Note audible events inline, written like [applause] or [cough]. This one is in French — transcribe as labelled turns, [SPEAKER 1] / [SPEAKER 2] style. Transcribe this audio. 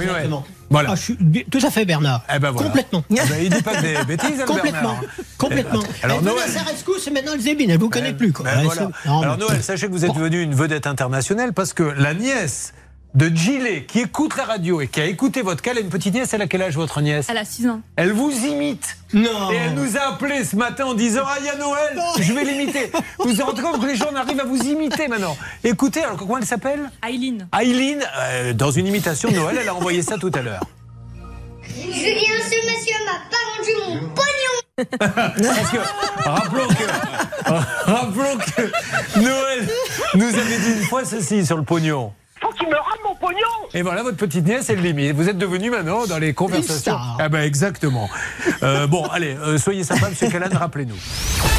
[SPEAKER 1] exactement.
[SPEAKER 2] Voilà.
[SPEAKER 1] Ah, je suis bi- tout à fait Bernard.
[SPEAKER 2] Eh ben voilà. [laughs]
[SPEAKER 1] Complètement.
[SPEAKER 2] Eh ben, il dit pas que
[SPEAKER 1] [laughs]
[SPEAKER 2] des bêtises, hein, le
[SPEAKER 1] Complètement.
[SPEAKER 2] Bernard.
[SPEAKER 1] Complètement.
[SPEAKER 2] Alors,
[SPEAKER 1] elle venait
[SPEAKER 2] Noël.
[SPEAKER 1] à sa rescousse et maintenant elle zébine, elle vous connaît plus. Quoi.
[SPEAKER 2] Ben
[SPEAKER 1] Ouais,
[SPEAKER 2] voilà.
[SPEAKER 1] c'est- non,
[SPEAKER 2] Alors
[SPEAKER 1] mais-
[SPEAKER 2] Noël, sachez que vous êtes devenu une vedette internationale parce que la nièce de Gilet, qui écoute la radio et qui a écouté votre cas, elle a une petite nièce, elle a quel âge votre nièce
[SPEAKER 3] Elle a 6 ans.
[SPEAKER 2] Elle vous imite.
[SPEAKER 1] Non.
[SPEAKER 2] Et elle nous a appelé ce matin en disant Ah, il y a Noël, je vais l'imiter. Vous vous rendez compte que les gens arrivent à vous imiter maintenant. Écoutez, alors comment elle s'appelle
[SPEAKER 3] Aileen.
[SPEAKER 2] Aileen, euh, dans une imitation de Noël, elle a envoyé ça tout à l'heure.
[SPEAKER 4] Julien, ce monsieur m'a pas rendu mon pognon.
[SPEAKER 2] Parce que, rappelons que, rappelons que Noël nous avait dit une fois ceci sur le pognon.
[SPEAKER 5] Faut qu'il me rende mon pognon
[SPEAKER 2] Et voilà, votre petite nièce, elle l'imite. Vous êtes devenu maintenant dans les conversations.
[SPEAKER 1] star.
[SPEAKER 2] Ah ben exactement. Euh, bon, allez, euh, soyez sympa, Monsieur Callan, rappelez-nous.